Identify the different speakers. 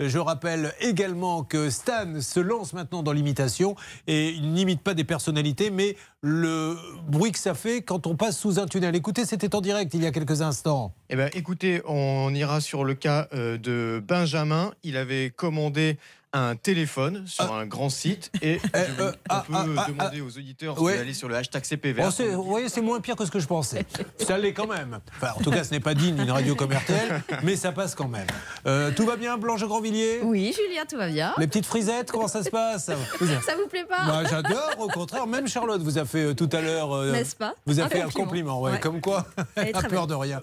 Speaker 1: Je rappelle également que Stan se lance maintenant dans l'imitation et il n'imite pas des personnalités, mais le bruit que ça fait quand on passe sous un tunnel. Écoutez, c'était en direct il y a quelques instants.
Speaker 2: Eh ben, écoutez, on ira sur le cas euh, de Benjamin. Il avait commandé un téléphone sur un grand site et je-
Speaker 1: Ah. euh, ah,
Speaker 2: on peut
Speaker 1: ah, ah,
Speaker 2: demander aux auditeurs
Speaker 1: ouais.
Speaker 2: d'aller sur le hashtag CPV.
Speaker 1: Oh, c'est- vous voyez, c'est moins pire que ce que je pensais. Ça l'est quand même. Enfin, en tout cas, ce n'est pas digne d'une radio comme RTL, mais ça passe quand même. Euh, tout va bien, Blanche Grandvilliers
Speaker 3: Oui, Julien, tout va bien.
Speaker 1: Les petites frisettes, comment ça se passe Vous-
Speaker 3: Ça vous plaît pas
Speaker 1: Bah, J'adore, au contraire. Même Charlotte vous a fait euh, tout à l'heure. euh,
Speaker 3: N'est-ce pas
Speaker 1: Vous a
Speaker 3: Un
Speaker 1: fait un compliment,
Speaker 3: compliment.
Speaker 1: ouais,
Speaker 3: Ouais.
Speaker 1: comme quoi,
Speaker 3: Elle est
Speaker 1: pas
Speaker 3: très
Speaker 1: peur
Speaker 3: belle.
Speaker 1: de rien.